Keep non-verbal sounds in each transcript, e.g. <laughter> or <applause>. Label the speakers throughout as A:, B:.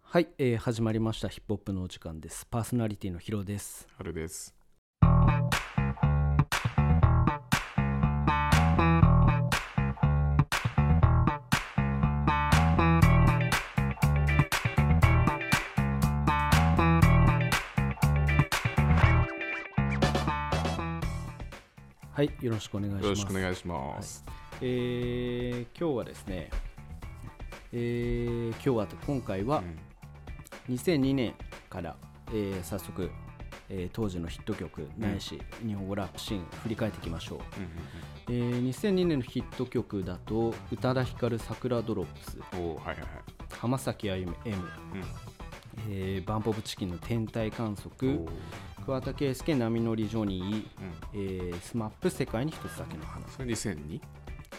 A: はい、えー始まりましたヒップホップのお時間ですパーソナリティのヒロです
B: あれです。
A: はいよろしくお願いします
B: よろしくお願いします。
A: えー今日はですねえー今日はと今回は
B: うん
A: 2002年から、えー早速、えー当時のヒット曲ないし、日本語ラップシーン振り返っていきましょう、えー2002年のヒット曲だと宇多田ヒカル「桜ドロップス
B: うんうんうんおーはいはいはい。」
A: 浜崎あゆみ M、えーバンポブチキンの「天体観
B: う
A: 測
B: おー」
A: 桑田佳祐波乗りジョニー
B: うん
A: えー、スマップ世界に一つだけの花
B: それ 2002?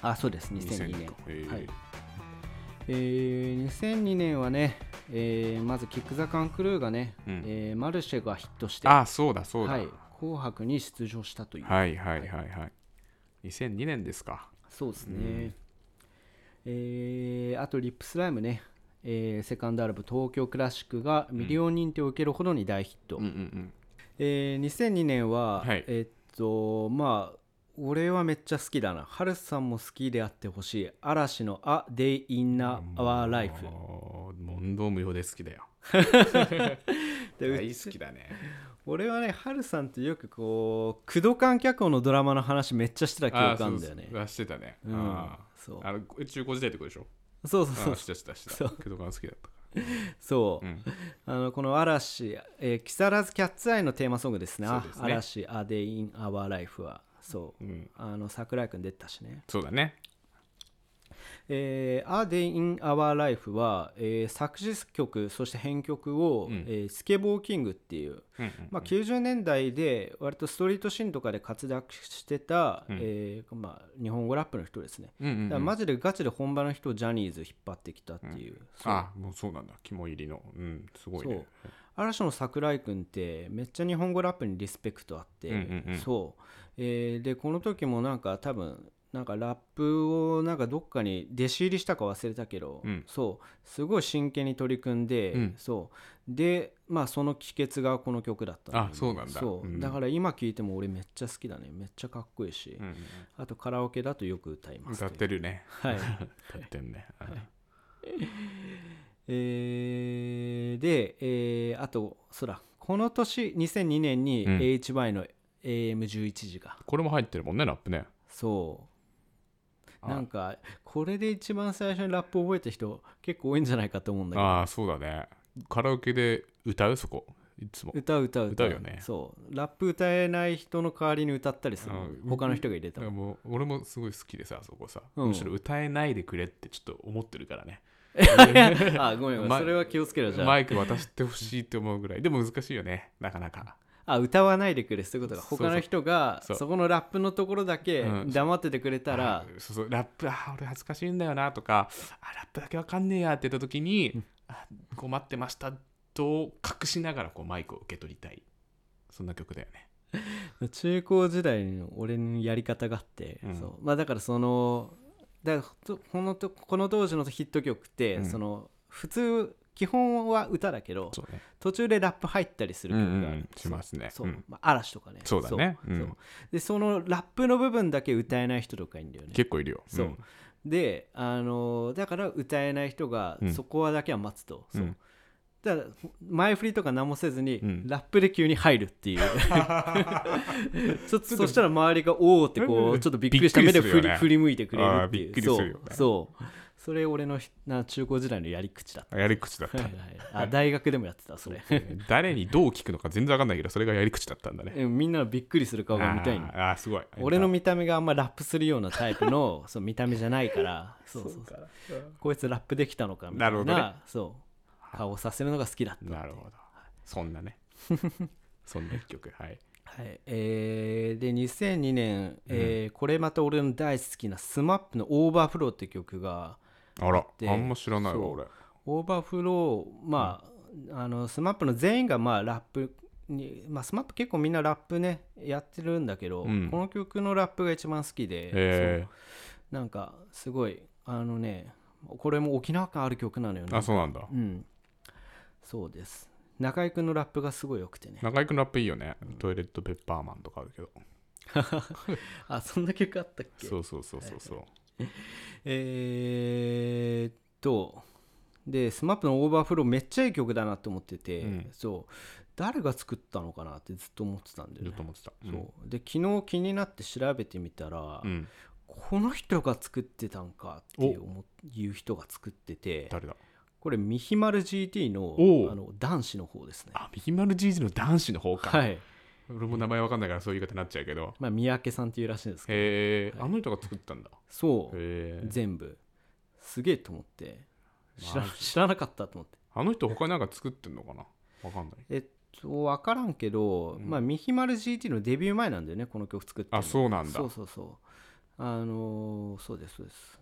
A: あそうです2002年
B: かへー
A: はいえー2002年はね、えーまずキック・ザ・カン・クルーがね、
B: うん
A: えーマルシェがヒットして、
B: あーそうだそうだ。
A: は
B: はいい、
A: 紅白に出場したという、
B: はいはいはい。2002年ですか。
A: そうですね、えーあとリップスライムね、えーセカンドアルバム「東京クラシック」がミリオン認定を受けるほどに大ヒット、
B: うんうん
A: えー2002年は、
B: はい
A: えーっとまあ俺はめっちゃ好きだな。ハルさんも好きであってほしい。嵐のあ Day in
B: う
A: Our
B: ん。
A: Life。
B: もう問答無用で好きだよ。
A: でう
B: 大好きだ
A: <laughs>
B: ね。
A: 俺はね、ハルさんってよくこう、工藤観客王のドラマの話めっちゃしてた記
B: あー
A: 憶あるんだよね。
B: そうそうしてたね。
A: うん
B: あー
A: そう
B: あの中高時代ってことでしょ
A: そうそう
B: あ
A: そ
B: ー
A: う。
B: してたしてたして
A: そ
B: た。
A: う
B: けど好きだったか
A: そう、
B: ら。うん。
A: あのこの嵐、えー木更津キャッツアイのテーマソングですね。
B: そうですね
A: 嵐、A Day in Our Life は。そう。
B: うん
A: あの桜井くん出てたしね。
B: そうだね。
A: えー、A Day in Our Life は、えー作詞曲そして編曲を、
B: うん
A: えースケボーキングっていう、
B: うんうん
A: まあ、90年代で割とストリートシーンとかで活躍してた、
B: うん
A: えーまあ、日本語ラップの人ですね、
B: うんうんうん
A: だからマジでガチで本場の人をジャニーズ引っ張ってきたっていう、そう
B: あもうそうなんだ肝入りのうんすごいね
A: 嵐の桜井君ってめっちゃ日本語ラップにリスペクトあって、
B: うんうんうん
A: そう、えーでこの時もなんか多分なんかラップをなんかどっかに弟子入りしたか忘れたけど、
B: うん
A: そうすごい真剣に取り組んで、
B: うん
A: そうでまあその帰結がこの曲だっただよね
B: あそうなんだ
A: そう
B: うん
A: だから今聴いても俺めっちゃ好きだねめっちゃかっこいいし、
B: うん
A: あとカラオケだとよく歌い
B: うん
A: ます
B: 歌
A: ね、
B: ってるね
A: はい
B: 歌ってんね
A: えーで、えーあとそらこの年2002年に
B: うん
A: HY の AM11 時が、
B: これも入ってるもんねラップね
A: そう
B: あ
A: なんかこれで一番最初にラップ覚えた人結構多いんじゃないかと思うんだけど
B: ああそうだねカラオケで歌うそこいつも
A: 歌う歌う
B: 歌うよね
A: そうラップ歌えない人の代わりに歌ったりするの
B: うん
A: 他の人が入れた
B: だから
A: の
B: もう俺もすごい好きでさそこさ
A: うん
B: むしろ歌えないでくれってちょっと思って
A: <laughs>
B: るからね
A: <laughs> あごめんごめん
B: ま
A: それは気をつけろじゃ
B: マ
A: あ
B: イク渡してほしいって思うぐらいでも難しいよねなかなか
A: あ歌わないでくれそういうことが
B: そう
A: 他の人が
B: そう
A: そこのラップのところだけ
B: うん
A: 黙っててくれたら、
B: あそうそうラップあー俺恥ずかしいんだよなとかあラップだけわかんねえやって言った時に、あこう待ってましたと隠しながらこうマイクを受け取りたいそんな曲だよね
A: 中高時代の俺のやり方があって、
B: うん
A: そうまあ、だからそのだからこのとこの当時のヒット曲って、
B: うん
A: その普通基本は歌だけど
B: そうね
A: 途中でラップ入ったりする
B: うん
A: 曲
B: う
A: がある、
B: んしますね
A: そう、
B: うん
A: まあ、嵐とかね
B: そうだね
A: そう
B: うん
A: そうでそのラップの部分だけ歌えない人とかいるんだよね
B: 結構いるよ
A: そう、
B: ん
A: であのーだから歌えない人が
B: うん
A: そこはだけは待つと、そううんだから前振りとか何もせずに、
B: うん
A: ラップで急に入るって
B: <laughs>
A: いうちょっとそしたら周りがおおってこ
B: う
A: うんちょっとびっくりした目で
B: びっく
A: 振
B: りす
A: り,、
B: るよね
A: 振り向いてくれるっていう
B: あーびっくりするよね
A: そうそうそれ俺のひな中高時代のやり口だっ
B: やり口だった
A: た、はいはいあ大学でもやってたそれ <laughs>
B: 誰にどう聞くのか全然わかんないけどそれがやり口だったんだね
A: うんみんなのびっくりする顔が見たいの
B: あーあーすごい
A: 俺の見た目があんまラップするようなタイプの
B: <laughs>
A: そう見た目じゃないからそうそうそうこいつラップできたのかみたいな
B: なるほどね
A: そう顔をさせるのが好きだった
B: なるほどそん
A: <laughs>
B: なねそんな一曲はい
A: はいえーで2002年、えーこれまた俺の大好きな SMAP の「オーバーフロー」って曲が
B: あら
A: で
B: あんま知らないわ
A: そう
B: 俺
A: オーバーフローまあ,、あの SMAP の全員がまあラップに、まあ、SMAP 結構みんなラップねやってるんだけど、
B: うん
A: この曲のラップが一番好きで、
B: え
A: そうなんかすごいあのねこれも沖縄感ある曲なのよ
B: ー、
A: ね
B: あそうなんだ
A: うん、そうです中居君のラップがすごい良くてね
B: 中居君のラップいいよね、トイレットペッパーマンとかあるけど
A: あそんな曲あったっけ
B: そうそうそうそうそう、
A: えー、っとで SMAP の「オーバーフロー」めっちゃいい曲だなって思ってて、
B: うん
A: そう誰が作ったのかなってずっと思ってたんだよ
B: ずっ
A: ね
B: と思ってた、
A: そうで昨日気になって調べてみたら、
B: うん、うん
A: この人が作ってたんかって思っいう人が作ってて
B: 誰だ
A: これミヒマル GT の
B: おう
A: あの男子の方ですね
B: あミヒマルジーズの男子の方か、
A: はい、
B: 俺も名前わかんないからそういう言い方になっちゃうけど
A: まあ、三宅さんっていうらしいんですけど
B: へえ、あの人が作ったんだ
A: そう
B: へえ
A: 全部すげえと思って知ら
B: マジ
A: 知らなかったと思って
B: あの人他なんか作ってんのかなわかんない
A: えっと分からんけど、
B: うん
A: まあミヒマル GT のデビュー前なんだよねこの曲作って
B: あそうなんだ
A: そうそうそうあのーそうですそうです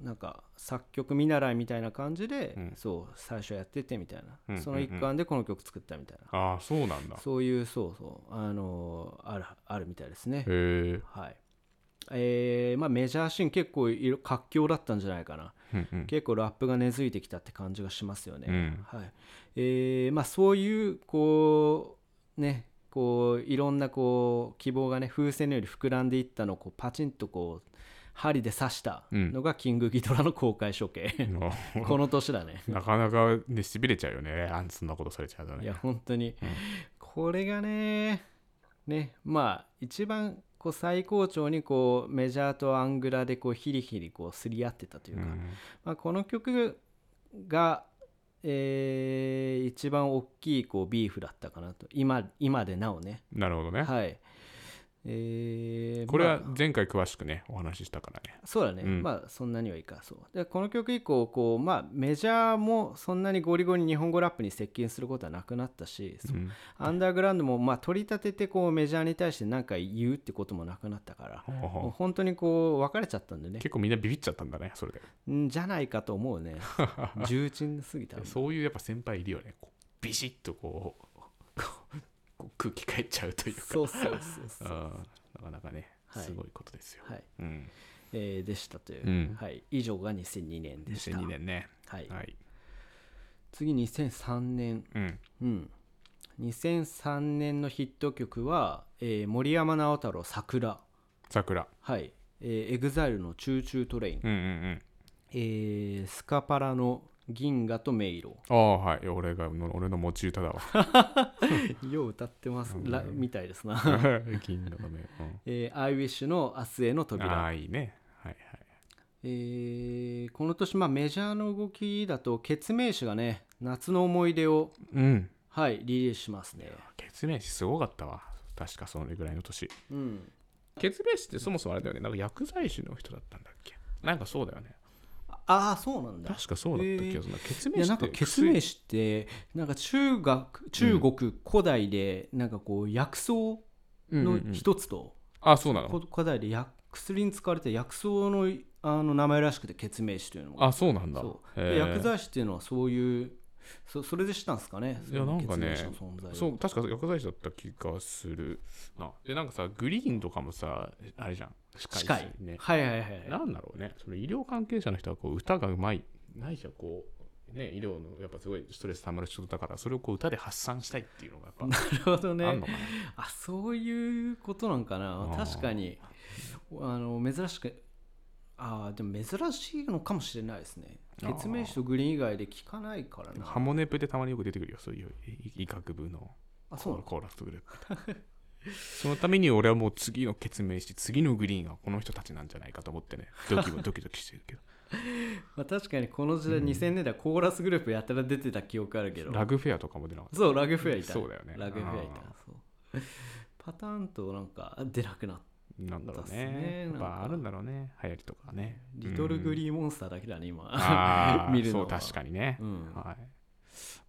A: なんか作曲見習いみたいな感じで、
B: うん
A: そう最初やっててみたいな、
B: うんうんうん
A: その一環でこの曲作ったみたいな、
B: ああそうなんだへ
A: そういうそうそうあのーあるあるみたいですね
B: え
A: はいえーまあ、メジャーシーン結構いろ活況だったんじゃないかな
B: うんうん
A: 結構ラップが根付いてきたって感じがしますよね、
B: うん
A: はいえーまあ、そういうこうねこういろんなこう希望がね風船のように膨らんでいったのをこうパチンとこう針で刺したのがキングギドラの公開処刑、
B: あ
A: <laughs> この年だね
B: <laughs> なかなかねしびれちゃうよねあんそんなことされちゃうと
A: い
B: ね
A: や本当に、これがねねまあ一番こう最高潮にこうメジャーとアングラでこうヒリヒリこうすり合ってたという
B: う
A: か、
B: ん
A: まあ、この曲が、えー一番大きいこうビーフだったかなと今今でなおね
B: なるほどね
A: はい、えー
B: これは
A: まあ
B: 前回詳しくねお話ししたからね
A: そうだね、
B: うん
A: まあそんなにはいいかそうでこの曲以降こう、まあ、メジャーもそんなにゴリゴリ日本語ラップに接近することはなくなったし、そ
B: うん
A: アンダーグラウンドもまあ取り立ててこうメジャーに対して何か言うってこともなくなったから、
B: ほうほう
A: もう本当にこう分かれちゃったんでね
B: 結構みんなビビっちゃったんだねそれで
A: んじゃないかと思うね
B: <laughs>
A: 重鎮すぎた
B: そういうやっぱ先輩いるよねこうビシッとこうこうこう空気変えちゃうというか
A: そうそうそうそう。
B: あーなかなかね
A: はい
B: すごいことですよ、
A: はい、
B: うん
A: えーでしたという、
B: うん
A: はい。以上が2002年でした。
B: 2002年ね
A: はい。
B: はい、
A: 次2003年。
B: うん、
A: うん。2003年のヒット曲は、えー森山直太朗「桜」
B: 桜
A: はい、えー、エグザイルの「チューチュートレイン」
B: うんうん
A: えースカパラの「銀河と迷
B: <laughs>
A: 路
B: うんああはいいや俺がの俺の持ち歌だわ」 <laughs>
A: よう歌ってます、らみたいですな、
B: 銀河の目、うん
A: えー、I wish の「明日への
B: あ
A: 扉
B: あいいねはいはい」
A: えーこの年、まあ、メジャーの動きだと「ケ名詞がね夏の思い出を
B: うん
A: はい、リリースしますね。
B: 血明誌すごかったわ確かそれぐらいの年
A: うん。
B: 血明誌ってそもそもあれだよねなんか薬剤師の人だったんだっけなんかそうだよね
A: ああー、そうなんだ。
B: 確かそうだった気がするな血
A: い
B: 明
A: や
B: 誌
A: な
B: っ
A: んか
B: て
A: 血明師ってなんか中学中国古代でなんかこう薬草
B: うんうんう
A: の
B: ん
A: 一つと、
B: あそうなの
A: こ古代で薬薬に使われた薬草のあの名前らしくて血明師というのが
B: あそうなんだ
A: そう
B: へ
A: で
B: え
A: 薬剤師っていうのはそういうそそれでしたんですかね
B: いやなんかね
A: その血明師の存在を
B: そう確か薬剤師だった気がするなでなんかさグリーンとかもさあれじゃん司
A: 近い、
B: ね
A: はいはいはいはい
B: なんだろうねその医療関係者の人はこう歌がうまいないしはこうね医療のやっぱすごいストレスたまる仕事だからそれをこう歌で発散したいっていうのがやっ
A: <laughs>
B: ぱ
A: なるほどね
B: あんのかな、
A: あそういうことなんかな
B: あー
A: 確かにあの珍しくあーでも珍しいのかもしれないですね
B: あー
A: 決明詞とグリーン以外で聞かないから
B: でも
A: な
B: ハモネプでたまによく出てくるよそういう医医学部の
A: あそうなの
B: コーラスグループみたいなそのために俺はもう次の決明して次のグリーンはこの人たちなんじゃないかと思ってね
A: <laughs>
B: ドキドキドキしてるけど
A: まあ、確かにこの時代2000年代コーラスグループやたら出てた記憶あるけど
B: ラグフェアとかも出なかった
A: そうラグフェアいた
B: そうだよね
A: ラグフェアいた
B: あー
A: そうパターンとなんか出なくなった
B: なんだろ
A: そう
B: う
A: っすね
B: ね。や
A: な
B: っ
A: んか
B: ぱあるんだろうね。流行りとかね。
A: リトルグ
B: ーン
A: リーモンスターだけだね今
B: あ
A: <laughs> 見
B: <laughs> 見
A: る
B: る
A: の
B: の
A: は
B: そう、確かにね。
A: うん
B: はい。ま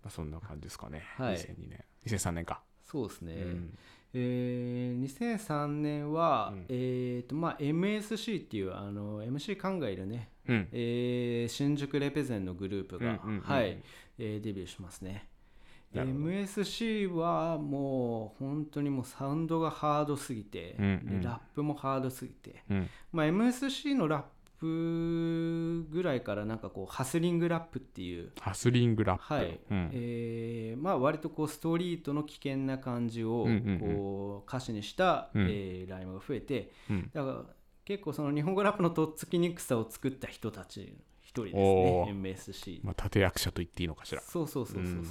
B: あ、そんな感じですかね。
A: はい
B: 2002年。2003年か。
A: そうですね、
B: うん
A: えー2003年は、
B: うん
A: えーとまあ、MSC っていうあの MC 勘がいるね、
B: うん。
A: えー新宿レペゼンのグループが、
B: うんうんうんうん
A: はいえーデビューしますね
B: なるほど
A: MSC はもう本当にもうサウンドがハードすぎて、
B: うんうん
A: でラップもハードすぎて、
B: うん。
A: まあ、MSC のラップぐらいからなんかこうハスリングラップっていう、
B: ハスリングラップ。
A: はい
B: うん
A: えーまあ、割とこうストリートの危険な感じを
B: うんうんうん
A: こう歌詞にした、
B: うん
A: えーライムが増えて
B: うん
A: だから結構その日本語ラップのとっつきにくさを作った人たち一人です
B: お
A: ね MSC
B: まあ、立役者と言っていいのかしら。
A: そうそうそうそうそう、
B: うん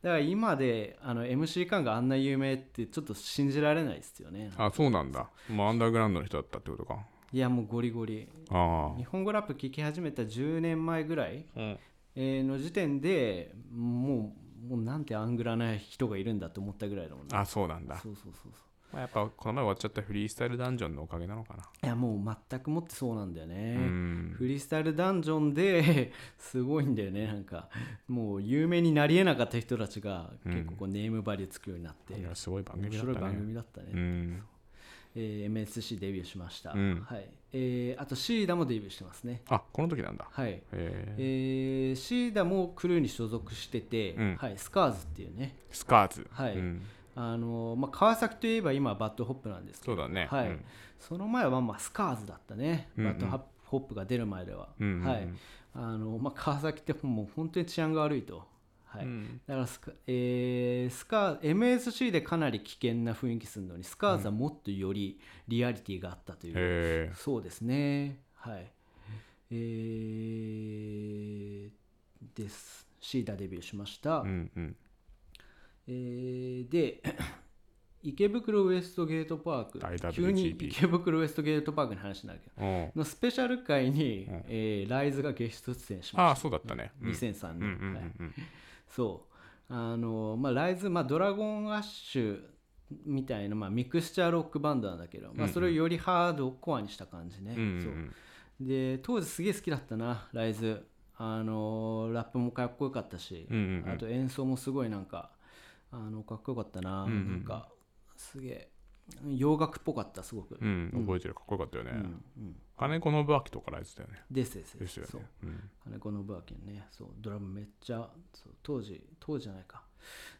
A: だから今であの MC 感があんな有名ってちょっと信じられないですよね
B: あ、そうなんだ。もうアンダーグラウンドの人だったってことか。
A: いやもうゴリゴリ
B: あ
A: 日本語ラップ聴き始めた10年前ぐらい
B: あ。うん
A: えーの時点でもうもうなんてアングラな人がいるんだと思ったぐらいだもんね
B: あ、そうなんだ。
A: そうそうそうそう
B: まあ、やっぱこの前終わっちゃったフリースタイルダンジョンのおかげなのかな。
A: いやもう全くもってそうなんだよね、
B: うん
A: フリースタイルダンジョンで <laughs> すごいんだよねなんかもう有名になりえなかった人たちが
B: うん
A: 結構こうネームバリューつくようになって、
B: いや、すごい番
A: 面
B: 組だ
A: 白い
B: った
A: 番
B: ね。
A: 組だったね、
B: うん。
A: えー MSC デビューしました、
B: うん
A: はいえーあとシーダもデビューしてますね
B: あ、この時なんだ。
A: はい
B: えー、
A: えーシーダもクルーに所属してて、
B: うん
A: はい、スカーズっていうね
B: スカーズ。
A: はい
B: うん
A: あのまあ、川崎といえば今バッドホップなんですけ
B: そ
A: ど
B: うだね。
A: はい
B: うん
A: その前はまあスカーズだったね、
B: うんうん
A: バッドホップが出る前では、
B: うんうんうん
A: はいあのまあ、川崎ってもう本当に治安が悪いと、はい
B: うん
A: だからスカ、えースカ MSC でかなり危険な雰囲気するのにスカーズはもっとよりリアリティがあったという、
B: へ
A: そうですねはいえー、ですシーダデビューしました、
B: ーうんうん。
A: えーで <coughs> 池袋ウエストゲートパーク
B: IWGP
A: 急に池袋ウエストゲートパークの話になるけど
B: おう
A: のスペシャル回に、
B: うん
A: えーライズがゲスト出演し
B: あ
A: ま
B: あ、
A: し
B: そうだったね。
A: た
B: うん
A: 2003
B: うんう
A: 年、
B: ん
A: はい、
B: うん
A: そうあのまあライズ、まあ、ドラゴンアッシュみたいな、まあ、ミクスチャーロックバンドなんだけど、
B: うん
A: ま
B: う
A: あ、
B: ん
A: それをよりハードコアにした感じね、
B: うん。うんう
A: そうんで当時すげえ好きだったなライズあのラップもかっこよかったし、
B: うんうんうん
A: あと演奏もすごいなんかあのかっこよかったな、
B: うんうんうん
A: なんかすげえ洋楽っぽかったすごく、
B: うんうん覚えてる。かっこよかったよね
A: う。んうん
B: 金子信明とかライズだよね。
A: ですです
B: ですよ
A: そう
B: ね。うん
A: 金子信明ねそうドラムめっちゃそう当時当時じゃないか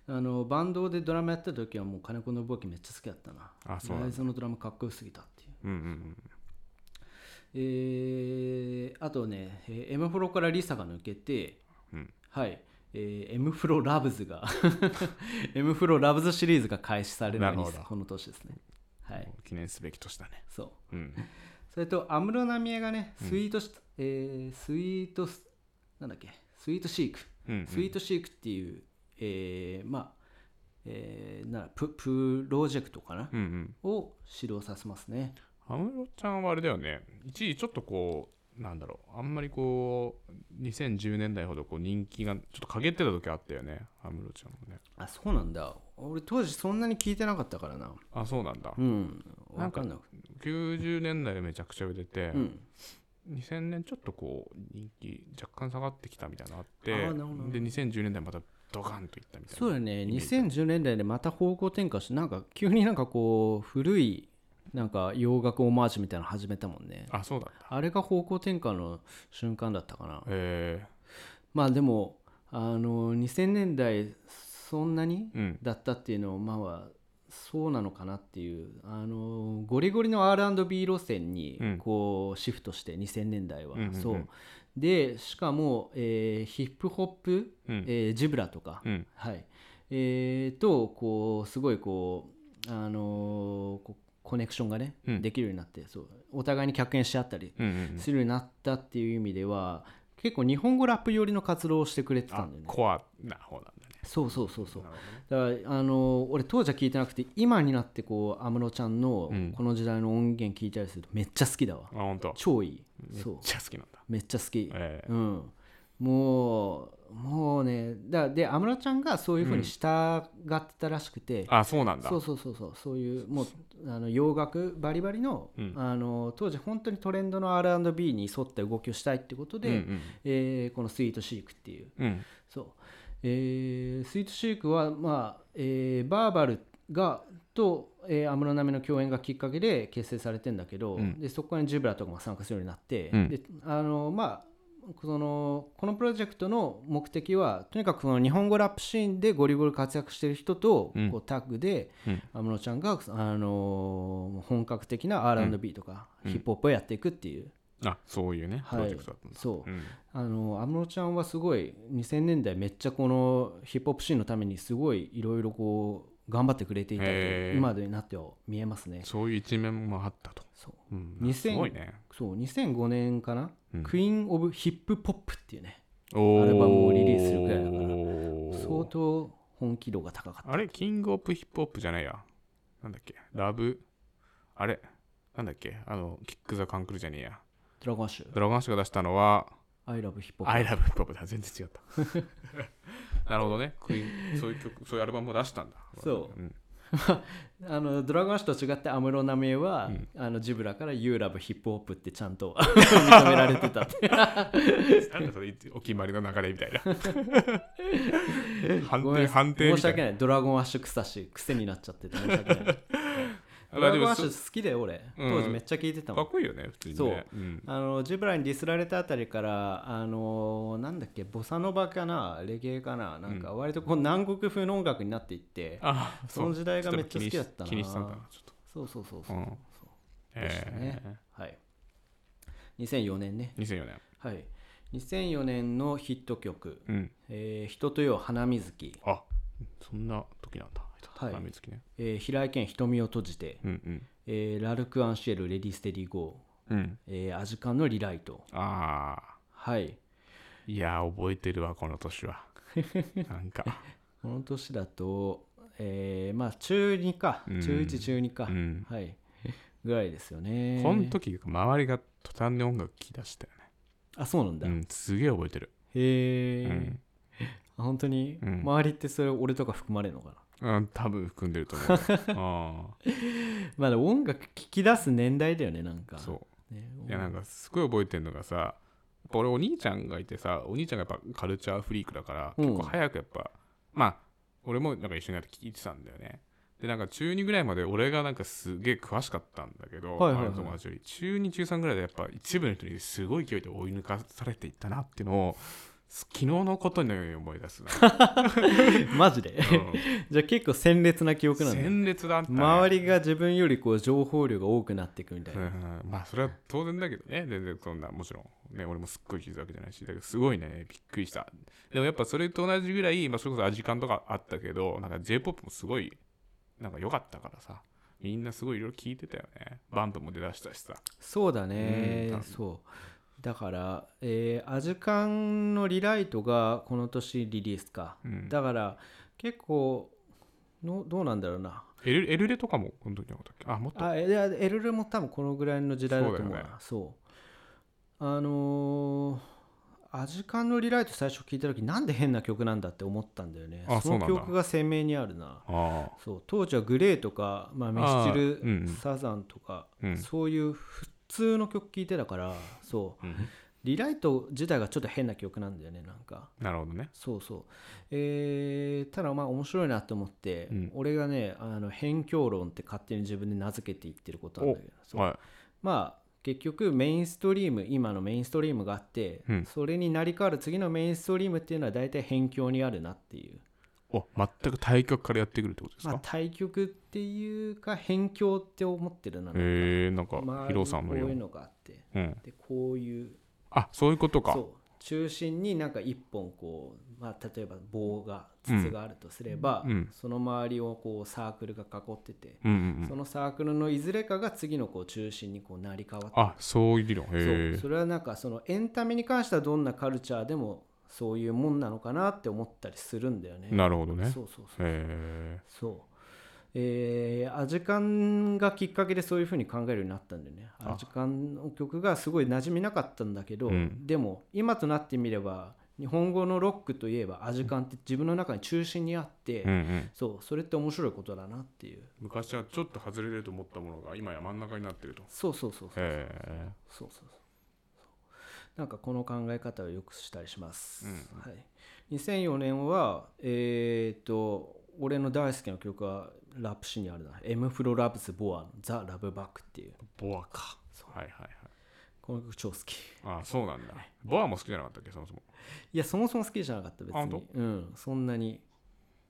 A: あのバンドでドラムやってた時はもう金子信明めっちゃ好きだったな
B: あそうなんだ
A: ライズのドラムかっこよすぎたっていう
B: うんうん
A: えーあとね、えー M フロからリサが抜けて、
B: うん
A: はい、えー M フロラブズが <laughs> M フロラブズシリーズが開始されるの
B: な
A: に
B: るほど
A: この年ですね。は
B: うん
A: い、。
B: 記念すべき年だね。
A: そう。
B: うん。
A: それと安室奈美恵がね、スイートし、えースイートスなんだっけ、スイートシーク、
B: うんうん
A: スイートシークっていう、えーまあ、えーならププロジェクトかな、
B: うんうん。
A: を始動させますね。
B: 安室ちゃんはあれだよね。一時ちょっとこう、なんだろう。あんまりこう、2010年代ほどこう人気がちょっと陰ってた時あったよね。安室ちゃんもね。
A: あ、そうなんだ。俺当時そんなに聞いてなかったからな。
B: あ、そうなんだ
A: う。ん、
B: な
A: わ
B: んか
A: かんなく
B: 90年代めちゃくちゃ売れて、
A: うん、
B: 2000年ちょっとこう人気若干下がってきたみたいなのあっ
A: あ
B: て
A: ーなるほど
B: で2010年代またドカンといったみたいな
A: そうだね
B: イメージだ
A: 2010年代でまた方向転換してなんか急になんかこう古いなんか洋楽オマージュみたいなの始めたもんね
B: あそうだった
A: あれが方向転換の瞬間だったかな
B: え
A: まあでもあの2000年代そんなに
B: ー、うん
A: だったっていうのをまあそうなのかなっていうあのゴリゴリの R&B 路線に
B: うん
A: こうシフトして2000年代は、
B: うんうんうん
A: そうでしかも、えーヒップホップ、
B: うん
A: えージブラとか、
B: うん
A: はいえーとこうすごいこう、あのーこコネクションがね、
B: うん
A: できるようになってそうお互いに客演し合ったり
B: うんうんうん
A: するようになったっていう意味では、結構日本語ラップ寄りの活動をしてくれてた
B: あ
A: んだよね
B: コアな方なんだね
A: そうそうそうそう
B: なるほどね
A: だからあの俺当時は聞いてなくて今になってこう安室ちゃんの
B: うん
A: この時代の音源聞いたりするとめっちゃ好きだわ、
B: あ本当
A: 超いいそ
B: め
A: う
B: っちゃ好きなんだ
A: めっちゃ好き、
B: えー
A: うんもうもうねだで安室ちゃんがそういうふうに従ってたらしくて、
B: あそうなんだ
A: そうそうそうそうそういうもうあの洋楽バリバリの,、
B: うん
A: あの当時本当にトレンドの R&B に沿った動きをしたいってことで、
B: うんうん
A: えーこの「スイートシーク」っていう
B: うん
A: そう、えースイートシークは、まあえーバーバルがと、えー、安室奈美の共演がきっかけで結成されてんだけど、
B: うん
A: でそこにジュブラとかも参加するようになって、
B: うん
A: であのまあそのこのプロジェクトの目的はとにかくこの日本語ラップシーンでゴリゴリ活躍してる人と、
B: うん
A: こうタッグで
B: うん
A: 安室ちゃんが、あのー本格的な R&B とか、
B: うん
A: ヒップホップをやっていくっていう
B: あそういうね、
A: はい
B: プロジェクトだったんだ
A: そう
B: うん
A: あの安室ちゃんはすごい2000年代めっちゃこのヒップホップシーンのためにすごいいろいろこう頑張ってくれていたと
B: へー
A: 今でなっては見えますね
B: そういう一面もあったと、
A: そう
B: うん
A: 2000
B: すごいね
A: そう2005年かな、
B: うん
A: クイーン・オブ・ヒップポップっていうね
B: ア
A: ルバムをリリースするくらいだから相
B: 相
A: 当本気度が高かった
B: あれキングオブヒップホップじゃないや。なんだっけラブ、あれなんだっけあの、キック・ザ・カンクルじゃねえや。
A: ドラゴンシュ
B: ドラゴン氏が出したのは、
A: アイラブヒップホ
B: ア
A: ッ
B: イラブ・ヒップホップだ。全然違っ
A: <laughs>
B: た。なるほどね。クイーン、そういう曲、そういうアルバムを出したんだ。
A: そ
B: うん。
A: プあのドラゴンシュと違って安室奈美恵は、
B: うん
A: あのジブラから You Love Hip Hop ってちゃん
B: <laughs>
A: と認められてたって
B: なんだそれ、お決まりの流れみ
A: <laughs>
B: たいな。判
A: ごめん
B: 定、
A: なさ
B: 判
A: い
B: 定
A: 申
B: み
A: した
B: い
A: 訳
B: な。
A: ないドラゴンアッシュ臭し癖になっちゃってて申し訳ないドラ
B: あ
A: ゴンア
B: でも
A: ッシ
B: そ
A: ュ好きだよ俺、
B: うん
A: 当時めっちゃ聞いてたも
B: か
A: ん
B: っこいいよね、普通に、ね。
A: そう
B: うん。
A: あのジブラにディスられたあたりからあのーなんだっけボサノバかなレゲエかななんか割とこう南国風の音楽になっていって、
B: あ
A: その時代がめっちゃ好きだったな
B: 気にしたんだな、ちょっと。
A: そうそうそうそう、
B: うん
A: そうでしたね、
B: え
A: はい2004年ね
B: ー、2004年。
A: はい2004年のヒット曲
B: うん。
A: 「えー人とよ花水木
B: あそんな時なんだ。
A: はい
B: あみつきね。」
A: えー平井堅瞳を閉じて」
B: うん
A: えーラルク・アンシエル「レディ・ステディ・ゴ
B: うん。うん。
A: ー」えーアジカンの「リライト
B: ああ。」
A: はい
B: いやー、覚えてるわ、この年 <laughs> は。なんか。
A: この年だと、えーまあ中2か、
B: うん
A: 中1中2か、
B: うん
A: はい <laughs> ぐらいですよね
B: この時、周りが途端に音楽聴き出したよね。
A: あそうなんだ、
B: うん、すげえ覚えてる。
A: へえ、
B: うん。
A: あ本当に、
B: うん
A: 周りってそれ俺とか含まれるのかな <laughs>
B: うん、多分含んでると <laughs> 思う。
A: まあでも音楽聴き出す年代だよねなん
B: あ
A: か、
B: あ。そう
A: ね、
B: う。いや、なんか、すごい覚えてるのがさ、やっぱ俺、お兄ちゃんがいてさ、お兄ちゃんがやっぱカルチャーフリークだから、
A: うん
B: 結構早くやっぱ、まあ、俺もなんか一緒になって聞いてたんだよね。で、なんか中2ぐらいまで俺がなんかすげえ詳しかったんだけど、
A: はいはいはい
B: 周りの友達より、中2、中3ぐらいでやっぱ一部の人にすごい勢いで追い抜かされていったなっていうのを、す昨日のことのように思い出すな。
A: <laughs> マジで
B: うん
A: <laughs> じゃあ結構鮮烈な記憶なんだ
B: 鮮烈だった、ね。
A: 周りが自分よりこう情報量が多くなっていくみたいな、
B: うんまあそれは当然だけどね全然そんなもちろんね俺もすっごい聞いたわけじゃないしだけどすごいねびっくりしたでもやっぱそれと同じぐらい、まあ、それこそアジカンとかあったけどなんか j p o p もすごいなんか良かったからさみんなすごいいろいろ聞いてたよねバンプも出だしたしさ
A: そうだね、
B: うん
A: そうだから、えーアジカンのリライトがこの年リリースか、
B: うん
A: だから結構のどうなんだろうな
B: エルエルレとかもこの時のことだっけあもっと
A: あいやエルルも多分このぐらいの時代だと思うなそう,、あのーアジカンのリライト最初聞いた時なんで変な曲なんだって思ったんだよね
B: あ
A: そ
B: そ
A: の
B: うなんだ
A: 記憶が鮮明にあるな
B: ああ
A: そう当時はグレーとか、まあ、ミスチ
B: あーうんうん
A: ル、サザンとか、
B: うん
A: そういう普通の曲聴いてたからそう
B: うん
A: リライト自体がちょっと変な曲なんだよねなんか
B: なるほどね
A: そうそうえーただまあ面白いなと思って、
B: うん
A: 俺がねあの辺境論って勝手に自分で名付けていってることなんだけどそう
B: は
A: まあ結局メインストリーム今のメインストリームがあって、
B: うん
A: それになり変わる次のメインストリームっていうのは大体辺境にあるなっていう
B: いお全く対局からやってくるってことです
A: まあ
B: か、
A: 対局っていうか辺境って思ってるななんか
B: へえなんか
A: 周り
B: ヒ
A: に
B: ロ
A: こ
B: さんの
A: う
B: よ
A: いうう
B: に
A: のがあって
B: うん
A: でこういう
B: あそういうことか
A: そう中心になんか一本こう、まあ、例えば棒が筒があるとすれば、
B: うん
A: その周りをこうサークルが囲ってて、
B: うんうんう
A: そ
B: ん
A: のサークルのいずれかが次のこう中心にこう成り変わって
B: あそういう理論へ
A: そう
B: え
A: それはなんかそのエンタメに関してはどんなカルチャーでもそういうもんなのかなって思ったりするんだよね。
B: なるほどね。
A: そうそうそう
B: へ
A: そうえーアジカンがきっかけでそういうふうに考えるようになったんだよね
B: あ
A: アジカンの曲がすごい馴染みなかったんだけど、
B: うん
A: でも今となってみれば日本語のロックといえばアジカンって自分の中に中心にあって、
B: えうんうん、
A: そうそれって面白いことだなっていう
B: 昔はちょっと外れると思ったものが今や真ん中になってると。
A: そうそうそうそう
B: へえ
A: そうそうそうなんかこの考え方をよくしたりします、
B: うん
A: はい、2004年はえーっと俺の大好きな曲はラップ誌にあるな「M フロラブズボアのザ・ラブバック」っていう
B: ボアか。はいはいはい。
A: この曲超好き
B: ああそうなんだ。ボアも好きじゃなかったっけそもそも。
A: いやそもそも好きじゃなかった別
B: あ本
A: にうんそんなに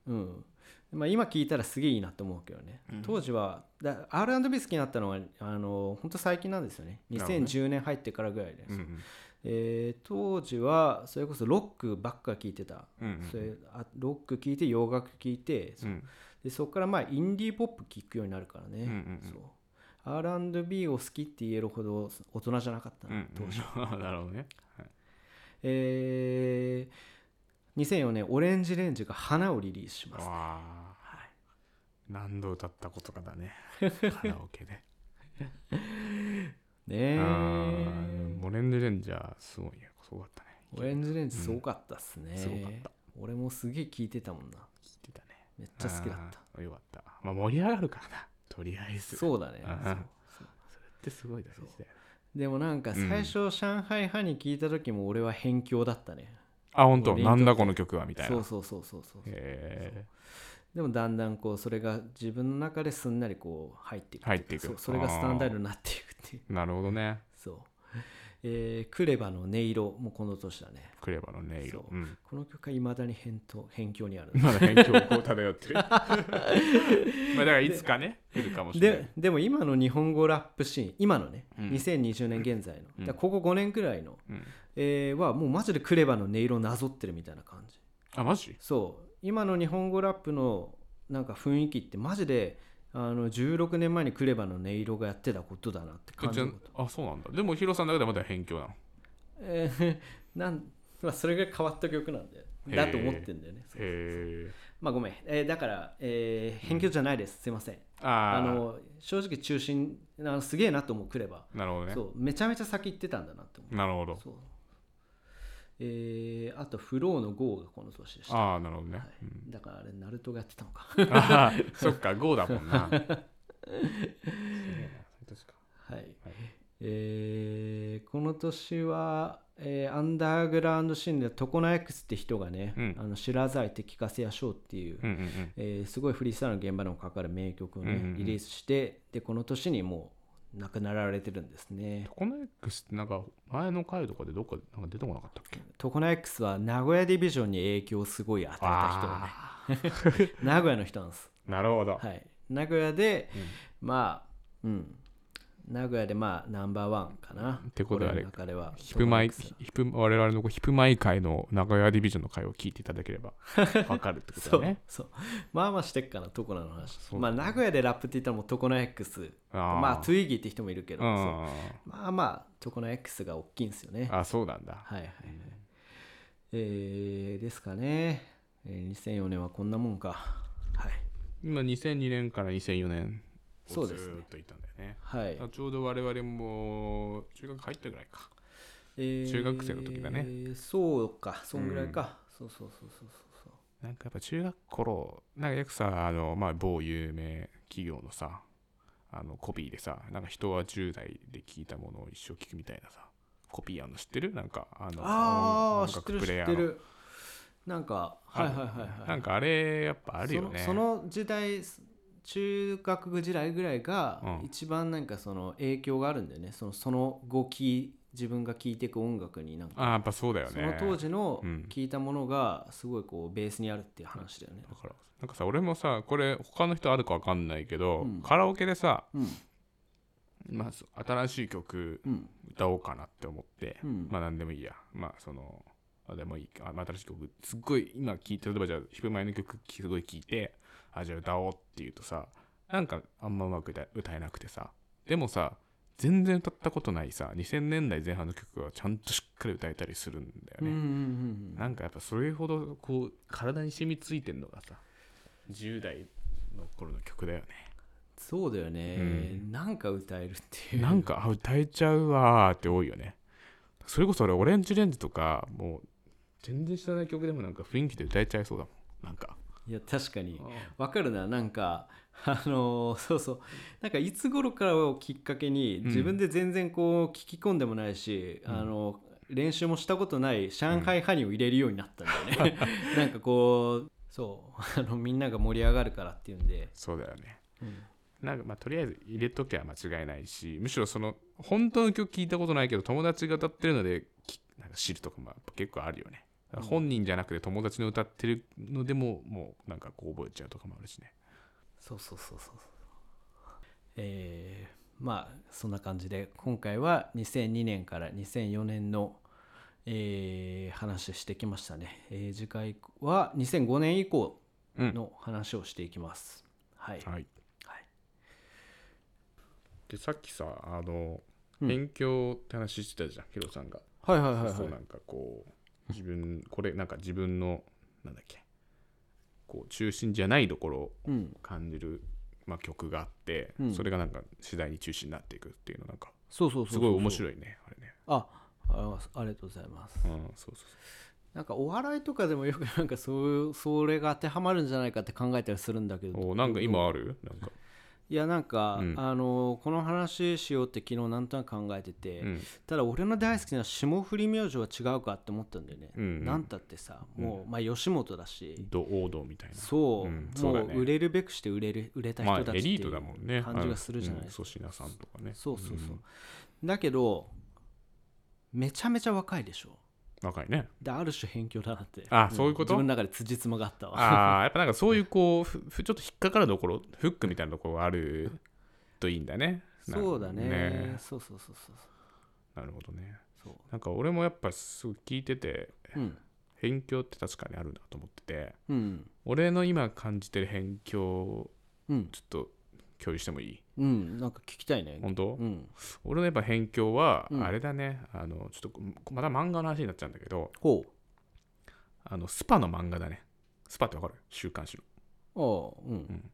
A: うんまあ、今聞いたらすげえいいなと思うけどね、
B: うん
A: 当時はだ R&B 好きになったのはあの本当最近なんですよね
B: なるほどね
A: 2010年入ってからぐらいです、
B: うん
A: えー当時はそれこそロックばっか聴いてた、
B: うんうん
A: それあロック聴いて洋楽聴いて、
B: うんうん
A: でそこからまあインディーポップ聴くようになるからね、
B: うんうんうん
A: そう R&B を好きって言えるほど大人じゃなかった
B: う
A: な、
B: ん
A: 当時
B: <laughs> なるほどね
A: えー2004年オレンジレンジが花をリリースします、
B: わあ
A: はい
B: 何度歌ったことかだ
A: <laughs>
B: ねカラオケで
A: ね
B: あ
A: え
B: ーオレンジレンジャーすごいねすごかったね
A: オレンジレンジすごかったっすね、
B: うんすごかった
A: 俺もすげえ聞いてたもんな
B: 聞いてたね
A: めっちゃ好きだった
B: たよかったまあ盛り上がるからなとりあえずう
A: そうだね
B: あー
A: そうそう
B: ってすごい大事だよね
A: でもなんか最初上海派に聞いた時も俺は辺境だったね、
B: あ本当
A: 俺に
B: なんだこの曲はみたいな
A: そう
B: へ
A: そうそうそうそう
B: え
A: でもだんだんこうそれが自分の中ですんなりこう入っていく
B: 入っていく
A: そうそれがスタンダードになっていくっていう
B: なるほどね
A: そうえー、クレバの音色もこの年だね
B: クレバの音色
A: そう
B: うん
A: この曲はいまだに偏頭偏境にある
B: まだ辺境をこう
A: <laughs>
B: 漂ってるまあだからいつかね来るかもしれな
A: で
B: い
A: でも今の日本語ラップシーン今のね、
B: うん
A: 2020年現在の、
B: うん
A: だからここ5年くらいの、
B: うん
A: えーはもうマジでクレバの音色をなぞってるみたいな感じ
B: あマジ
A: そう今の日本語ラップのなんか雰囲気ってマジであの16年前にクレバの音色がやってたことだなって感じ
B: じゃ
A: ること
B: あそうなんだでもヒロさんの中ではまだ辺境なの
A: えー <laughs> なんまあ、それが変わった曲なんで
B: へー
A: だと思ってんだよねそう
B: へえ
A: まあごめん、えーだから、えー、偏見じゃないです、すいません
B: あ
A: あ
B: あ
A: の正直中心あのすげえなと思うクレバ
B: なるほどね
A: そうめちゃめちゃ先行ってたんだなって思う
B: なるほど
A: そうえーあとフローの GO がこの年でした、は
B: ああなるほどね、
A: い
B: うん
A: だからあれナルトがやってたのか
B: ああそっか5だも
A: <laughs>
B: んな確か
A: はい、
B: はい
A: えーこの年は、えーアンダーグラウンドシーンでトコナ X って人がね、
B: うん
A: あの知らざいて聞かせやしょうっていう、
B: うんうん
A: えーすごいフリースタイルの現場でもかかる名曲をね、
B: うんうんうん
A: リリースしてでこの年にもう亡くなられてるんですね
B: うん、この X ってなんか前の回とかでどっかでなんか出てこなかったっけ
A: トコナ X は名古屋ディビジョンに影響をすごい与えた人がね <laughs>
B: あ
A: 名古屋の人なんです
B: ーなるほど、
A: はい、名古屋で、まあ、うん、名古屋でまあナンバーワンかな。
B: ってことはあれ
A: 俺の中では
B: ヒプマイ
A: トコナックス
B: ヒプ我々のヒプマイ会の名古屋ディビジョンの会を聞いていただけ
A: <laughs>
B: ればわかるってこと
A: そう
B: だね
A: そうまあまあしてっかなトコナの話、
B: そう
A: まあ名古屋でラップって言ったらもうトコナ X
B: あー
A: まあトゥイギーって人もいるけど、
B: うん
A: そうまあまあトコナ X が大きいんですよね
B: あそうなんだ
A: はいはいはい、えー、ですかね、えー、2004年はこんなもんかはい
B: 今2002年から2004年
A: そうですね
B: ずーっといたんだよね
A: はい
B: あちょうど我々も中学入ったぐらいか中
A: 中
B: 学生の時だね
A: そうかそんぐらいか、そうそうそうそうそう
B: なんかやっぱ中学頃なんかよくさあの、まあ、某有名企業のさあのコピーでさなんか人は10代で聞いたものを一生聞くみたいなさコピーあんの知ってるなんかあの
A: ああ
B: 音
A: 知っ
B: 楽
A: てる知っ
B: プレイヤー
A: て
B: の
A: るなんかはいはいはいはい
B: なんかあれやっぱあるよね
A: そのその時代中学時代ぐらいが
B: うん
A: 一番なんかその影響があるんだよね、そのその後期自分が聴いていく音楽になんか
B: あーやっぱそうだよ
A: その
B: ね
A: 当時の
B: うん
A: 聴いたものがすごいこうベースにあるっていう話だよね、
B: だからなんかさ俺もさこれ他の人あるかわかんないけど、
A: うん
B: カラオケでさ、
A: うん
B: まあそ、新しい曲
A: うん
B: 歌おうかなって思って、
A: うん
B: まあ何でもいいやまあそのあでもいいか、まあ、新しい曲すっごい今聴いて例えばじゃあヒプマイの曲すごい聴いてあじゃあ歌おうっていうとさなんかあんまうまく歌え歌えなくてさでもさ全然歌ったことないさ2000年代前半の曲はちゃんとしっかり歌えたりするんだよ
A: うんうん
B: ね、
A: うん
B: なんかやっぱそれほどこう体に染みついてんのがさ10代の頃の曲だよね
A: そうだよね、
B: うん
A: なんか歌えるっていう
B: なんかあ歌えちゃうわーって多いよねそれこそ俺オレンジレンジとかもう全然知らない曲でもなんか雰囲気で歌えちゃいそうだもんなんか
A: <laughs> いや確かにわかるななんかあのーそうそうなんかいつ頃からをきっかけに
B: ん
A: 自分で全然こう聞き込んでもないし、あの練習もしたことない上海ハニーを入れるようになったんだよね、 <laughs> なんかこうそうあのみんなが盛り上がるからっていうんで、
B: そうだよね
A: うん
B: なんかまあとりあえず入れときゃ間違いないしむしろその本当の曲聞いたことないけど友達が歌ってるのできなんか知るとかもやっぱ結構あるよねだから本人じゃなくて友達の歌ってるのでももうなんかこう覚えちゃうとかもあるしね
A: そうそうそうそうえーまあそんな感じで今回は2002年から2004年の、えー話してきましたね、えー次回は2005年以降
B: うん
A: の話をしていきます、はい、はい
B: はいでさっきさあの勉強って話してたじゃん、ヒロさんが
A: はいはいはいはい
B: そうなんかこう自分これなんか自分のなんだっけこう中心じゃないところを
A: うん、
B: 感じる、まあ、曲があって、
A: うん
B: それがなんか次第に中心になっていくっていうのなんか
A: そうそうそうそう
B: すごい面
A: い
B: 白いねあれね
A: ああありがとうございます
B: うんそうそうそう
A: なんかお笑いとかでもよくなんかそうそれが当てはまるんじゃないかって考えたりするんだけど
B: おなんか今あるなんか、
A: いやなんか、
B: うん
A: あのこの話しようって昨日なんとなく考えてて、
B: うん
A: ただ俺の大好きな霜降り明星は違うかって思ったんだよね、
B: うんうん
A: なんたってさもう、まあ吉本だし、
B: ど王道みたいな
A: そう,、
B: うんそう
A: も
B: だ
A: う
B: ね
A: 売れるべくして売れる売れた人
B: まあ
A: たちって
B: エ
A: い
B: リ
A: う
B: ートだもんね
A: 感じがするじゃない
B: うん粗品さんとかね
A: そうそうそう、
B: ん
A: だけどめちゃめちゃ若いでしょ
B: 若いね
A: である種偏見だなって
B: あそういうこと
A: 自分の中で辻褄があったわ
B: ああやっぱなんかそういうこうふふちょっと引っかかるところフックみたいなところがあるといいんだねなん
A: <laughs>
B: か
A: そうだねそうそうそうそう
B: なるほどね
A: そう
B: なんか俺もやっぱすごい聞いてて
A: うん
B: 辺境って確かにあるなと思ってて
A: うん
B: 俺の今感じてる辺境を
A: うん
B: ちょっと共有してもいい
A: うんなんか聞きたいね
B: 本当、
A: うん
B: 俺のやっぱ辺境は
A: うん
B: あれだね、あのちょっとこまた漫画の話になっちゃうんだけど
A: ほう
B: あのスパの漫画だねスパってわかる週刊誌の
A: ああうん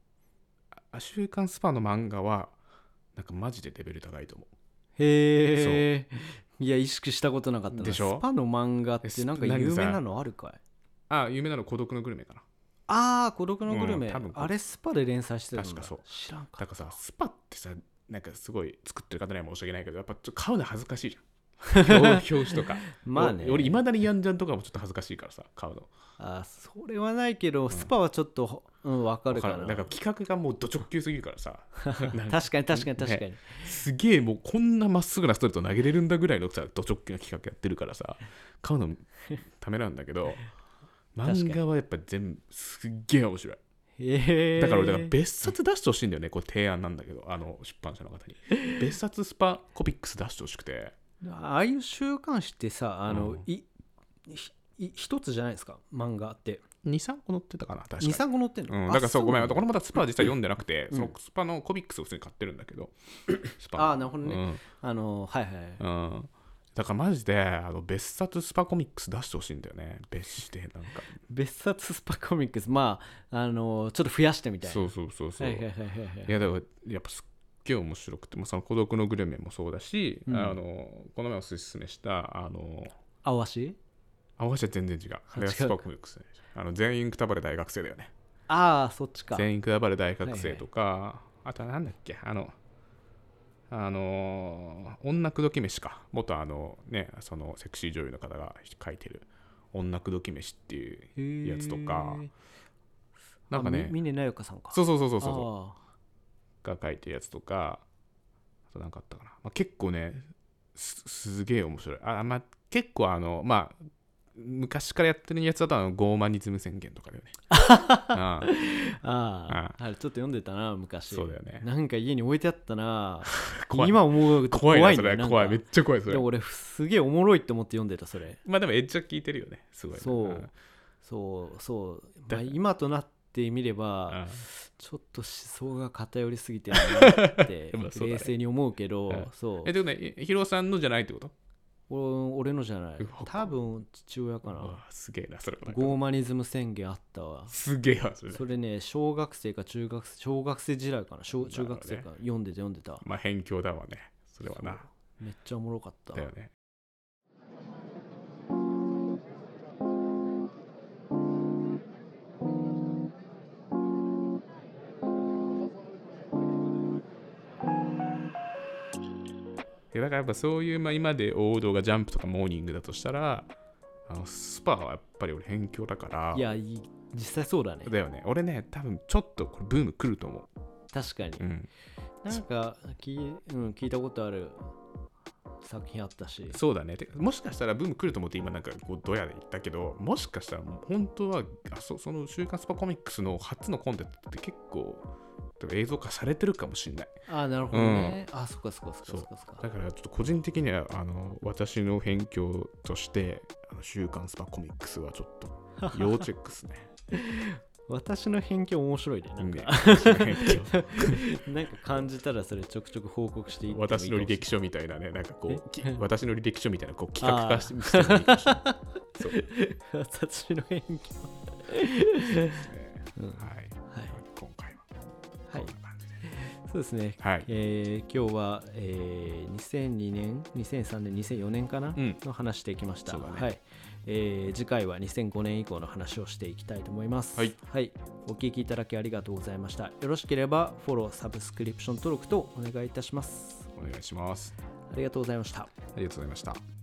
B: あ週刊スパの漫画はなんかマジでレベル高いと思う
A: へえいや意識したことなかったな
B: でしょ
A: スパの漫画っ
B: え
A: て
B: ス
A: なんか
B: なんか
A: 有
B: さ
A: 名なのあるかい
B: あ有名なの孤独のグルメかな
A: ああ孤独のグルメ、
B: うん多分
A: あれスパで連載してたんだ
B: 確かそう
A: 知らんか
B: だからさスパってさなんかすごい作ってる方には申し訳ないけどやっぱちょっと買うの恥ずかしいじゃん表表紙と <laughs> か
A: まあね
B: お俺いまだにヤンジャンとかもちょっと恥ずかしいからさ買うの
A: あーそれはないけどスパはちょっとうんわかるか
B: わか
A: な
B: るなんか企画がもうど直球すぎるからさ <laughs> なんか
A: 確かに確かに確かに、
B: すげえもうこんなまっすぐなストレート投げれるんだぐらいのさど直球な企画やってるからさ買うのためらうんだけど
A: かに
B: 漫画はやっぱ全部すっげえ面白い
A: へえ
B: だから俺だから別冊出してほしいんだよねこれ提案なんだけどあの出版社の方
A: <laughs>
B: に別冊スパコピックス出してほしくて
A: ああいう週刊誌ってさあの、
B: うん
A: いひい一つじゃないですか漫画って
B: 23個載ってたかな確かに
A: 23個載ってんの、
B: うん、
A: あ
B: だからそうごめん
A: なだ
B: 俺もまだスパは実は読んでなくて、
A: うん
B: そのスパのコミックスを普通に買ってるんだ
A: <laughs>
B: けどスパの
A: ああなるほどね、あのはいはい、
B: うん、うんだからマジであの別冊スパコミックス出してほしいんだよね別紙でなんか
A: 別冊スパコミックスまああのちょっと増やしてみたいな
B: そうそうそうそう、
A: はい
B: い
A: はいはいはいはい
B: やだからやっぱすっげえ面白くてもうその孤独のグルメもそうだし、
A: うん
B: あのこの前おすすめしたあの
A: 青足
B: あ、わしは全然違う。あれはスパコミックスね。あの全員くたばれ大学生だよね。
A: ああそっちか
B: 全員くたばれ大学生とか、あとはなんだっけ、あの、あのー女口説き飯か。元あの、ね、そのセクシー女優の方が書いてる、女口説き飯っていうやつとか
A: へー、
B: なんか
A: あ
B: ね
A: み、峰那由香さんか
B: そううそうそうそうそうそ、
A: そう
B: が書いてるやつとか、あとなんかあったかな。まあ、結構ね、すすげえ面白い。あ、まあ、結構あの、まあ、昔からやってるやつだとあの、傲慢ニズム宣言とかだよ <laughs> ね。ああ
A: あああれちょっと読んでたな昔
B: そうだよね
A: なんか家に置いてあったな
B: <laughs> 怖い
A: 今思うと
B: 怖いなそ
A: ね
B: れ
A: なんか
B: 怖いめっちゃ怖いそ
A: で
B: れ
A: 俺すげえおもろいって思って読んでたそれ
B: まあでもエッジは効いてるよねすごいな
A: そうんそうそう、ま
B: だ
A: あ、今となってみれ
B: う
A: ば
B: ん
A: ちょっと思想が偏りすぎてるなって
B: <laughs> まあそうだね
A: 冷静に思うけど
B: うん
A: そう
B: えでもねヒロさんのじゃないってこと
A: お俺のじゃないう
B: わ
A: 多分父親かな
B: あすげえなそれはなんか
A: ゴーマニズム宣言あったわ
B: すげえわそれ
A: それね小学生か中学生小学生時代かな小
B: なる
A: 中
B: ほどね
A: 学生かな読んでて読んでた
B: まあ辺境だわねそれはな
A: めっちゃおもろかった
B: だよねいやだからやっぱそういう、まあ、今で王道がジャンプとかモーニングだとしたらあのスパはやっぱり俺辺境だから
A: いやい実際そうだね
B: だよね俺ね多分ちょっとこれブーム来ると思
A: 確かに
B: う、うん、
A: なんか聞,、うん、聞いたことある作品あったし
B: そうだねてかもしかしたらブーム来ると思って今なんかこうドヤで言ったけどもしかしたらもう本当はあそその「週刊スパコミックス」の初のコンテンツって結構多分映像化されてるかもしれない
A: ああなるほどね、あそっかそっかそっかそっかそっか
B: だからちょっと個人的にはあの私の偏見として「あの週刊スパコミックス」はちょっと要チェックっすね。
A: 私の偏見面白いねなん
B: ね
A: か、
B: 私の偏見
A: なんか感じたらそれちょくちょく報告していってもいいかも
B: 私
A: し
B: の
A: れな
B: 履
A: い
B: 歴書みたいなね、なんかこう、き
A: え
B: 私の履歴書みたいな、こう企画化してしてもいいかもしれないそうで
A: <laughs> 私の偏見
B: すね。
A: うん
B: はい。
A: はい
B: 今回
A: は
B: はこ
A: い
B: んな感じで。
A: そうですね
B: はい。
A: えー今日は、えー2002年2003年2004年かな、
B: うん
A: の話していきました、
B: そうだね
A: はいえー次回は2005年以降の話をしていきたいと思います
B: はい、
A: お聞きいただきありがとうございましたよろしければフォローサブスクリプション登録とお願いいたします
B: お願いします。
A: ありがとうございました
B: ありがとうございました。